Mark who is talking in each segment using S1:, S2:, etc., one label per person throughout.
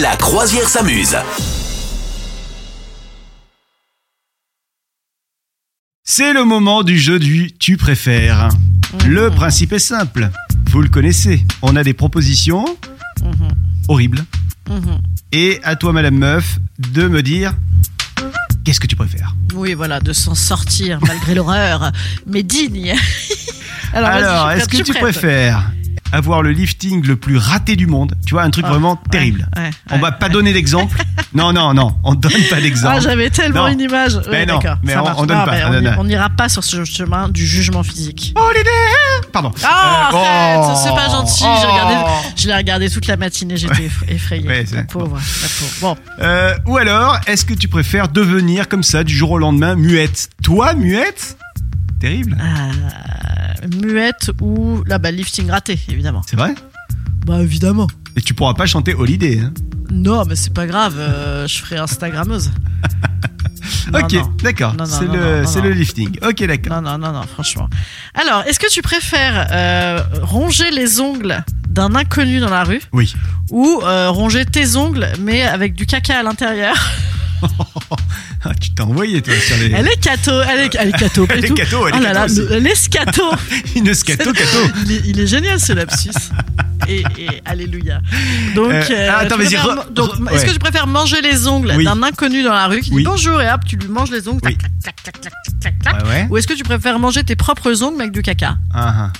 S1: La croisière s'amuse.
S2: C'est le moment du jeu du tu préfères.
S3: Mm-hmm.
S2: Le principe est simple. Vous le connaissez. On a des propositions
S3: Mm-hmm.
S2: horribles. Et à toi, Madame Meuf, de me dire qu'est-ce que tu préfères.
S3: Oui, voilà, de s'en sortir malgré l'horreur, mais digne. vas-y,
S2: Alors,
S3: je suis
S2: est-ce que
S3: prête,
S2: tu
S3: je suis prête.
S2: préfères avoir le lifting le plus raté du monde Tu vois, un truc
S3: Ah,
S2: vraiment
S3: ouais,
S2: terrible.
S3: ouais,
S2: On
S3: ouais.
S2: va pas donner d'exemple. non, non, non. On donne pas
S3: Ah,
S2: d'exemple.
S3: j'avais tellement
S2: Non.
S3: une image. Oui,
S2: Mais non,
S3: d'accord,
S2: mais
S3: ça
S2: on-
S3: marche.
S2: on donne
S3: Non,
S2: pas,
S3: mais
S2: on donne pas.
S3: on n'ira pas sur ce chemin du jugement physique.
S2: Holiday Pardon.
S3: Ah,
S2: Euh,
S3: arrête,
S2: oh,
S3: c'est pas gentil. J'ai
S2: oh.
S3: regardé- je l'ai regardé toute la matinée, j'étais effra- effrayée.
S2: Ouais, c'est-
S3: la pauvre, la pauvre. Bon,
S2: Euh, ou alors, est-ce que tu préfères devenir comme ça du jour au lendemain muette Toi, muette Terrible.
S3: euh, muette ou là, bah, lifting raté, évidemment.
S2: C'est vrai
S3: Bah, évidemment.
S2: Et tu pourras pas chanter Holiday. Hein
S3: Non, mais c'est pas grave, euh, je ferai Instagrammeuse. Non,
S2: ok,
S3: non.
S2: d'accord.
S3: Non, non,
S2: C'est
S3: non,
S2: le,
S3: non,
S2: c'est
S3: non.
S2: le lifting. Ok, d'accord.
S3: Non, non, non, non, franchement. Alors, est-ce que tu préfères euh, ronger les ongles d'un inconnu dans la rue
S2: Oui.
S3: ou euh, ronger tes ongles mais avec du caca à l'intérieur
S2: Ah, tu t'es envoyé, toi, sur les.
S3: Elle est cato, elle est, elle est cato. pas
S2: Elle
S3: du
S2: est
S3: tout.
S2: cato, elle est
S3: Oh là
S2: cato
S3: là,
S2: aussi.
S3: le- l'escato.
S2: Une scato, cato.
S3: il, est, il est génial ce lapsus. Et, et alléluia. Donc,
S2: Euh,
S3: euh,
S2: attends,
S3: tu
S2: vas-y,
S3: préfères-
S2: re-
S3: donc,
S2: re-
S3: est-ce
S2: ouais.
S3: que tu préfères manger les ongles
S2: Oui.
S3: d'un inconnu dans la rue qui
S2: Oui.
S3: dit bonjour et hop, tu lui manges les ongles, tac,
S2: Oui.
S3: tac, tac, tac, tac, tac, tac.
S2: Ouais, ouais.
S3: Ou est-ce que tu préfères manger tes propres ongles mais avec du caca
S2: Ah, ah.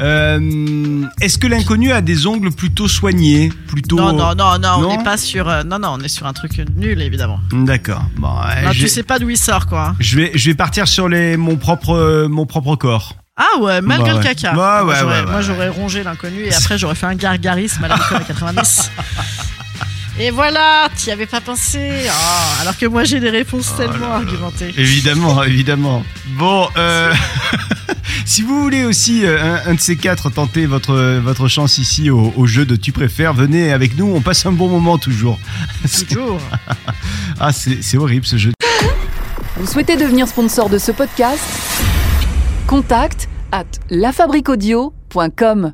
S2: Euh, Est-ce que l'inconnu a des ongles plutôt soignés plutôt...
S3: Non, non, non, non,
S2: non
S3: on n'est pas sur. euh, non, non, on est sur un truc nul, évidemment.
S2: D'accord. Bon, ouais,
S3: Non,
S2: je-
S3: Ah, tu sais pas d'où il sort, quoi. hein.
S2: je, vais, je vais partir sur les, mon, propre, mon propre corps.
S3: Ah ouais, malgré
S2: Bah
S3: le
S2: ouais.
S3: caca.
S2: Ouais,
S3: Moi,
S2: ouais,
S3: j'aurais-
S2: ouais,
S3: moi,
S2: ouais.
S3: j'aurais rongé l'inconnu et après, j'aurais fait un gargarisme à la Nicolas 90. Et voilà, t'y avais pas pensé. Oh, alors que moi, j'ai des réponses
S2: Oh
S3: tellement argumentées.
S2: Évidemment, évidemment. Bon, euh, si vous voulez aussi euh, un, un de ces quatre tenter votre, votre chance ici au, au jeu de Tu préfères, venez avec nous, on passe un bon moment toujours.
S3: Toujours.
S2: Ah, c'est c'est horrible ce jeu.
S4: Vous souhaitez devenir sponsor de ce podcast Contact à lafabriquaudio.com.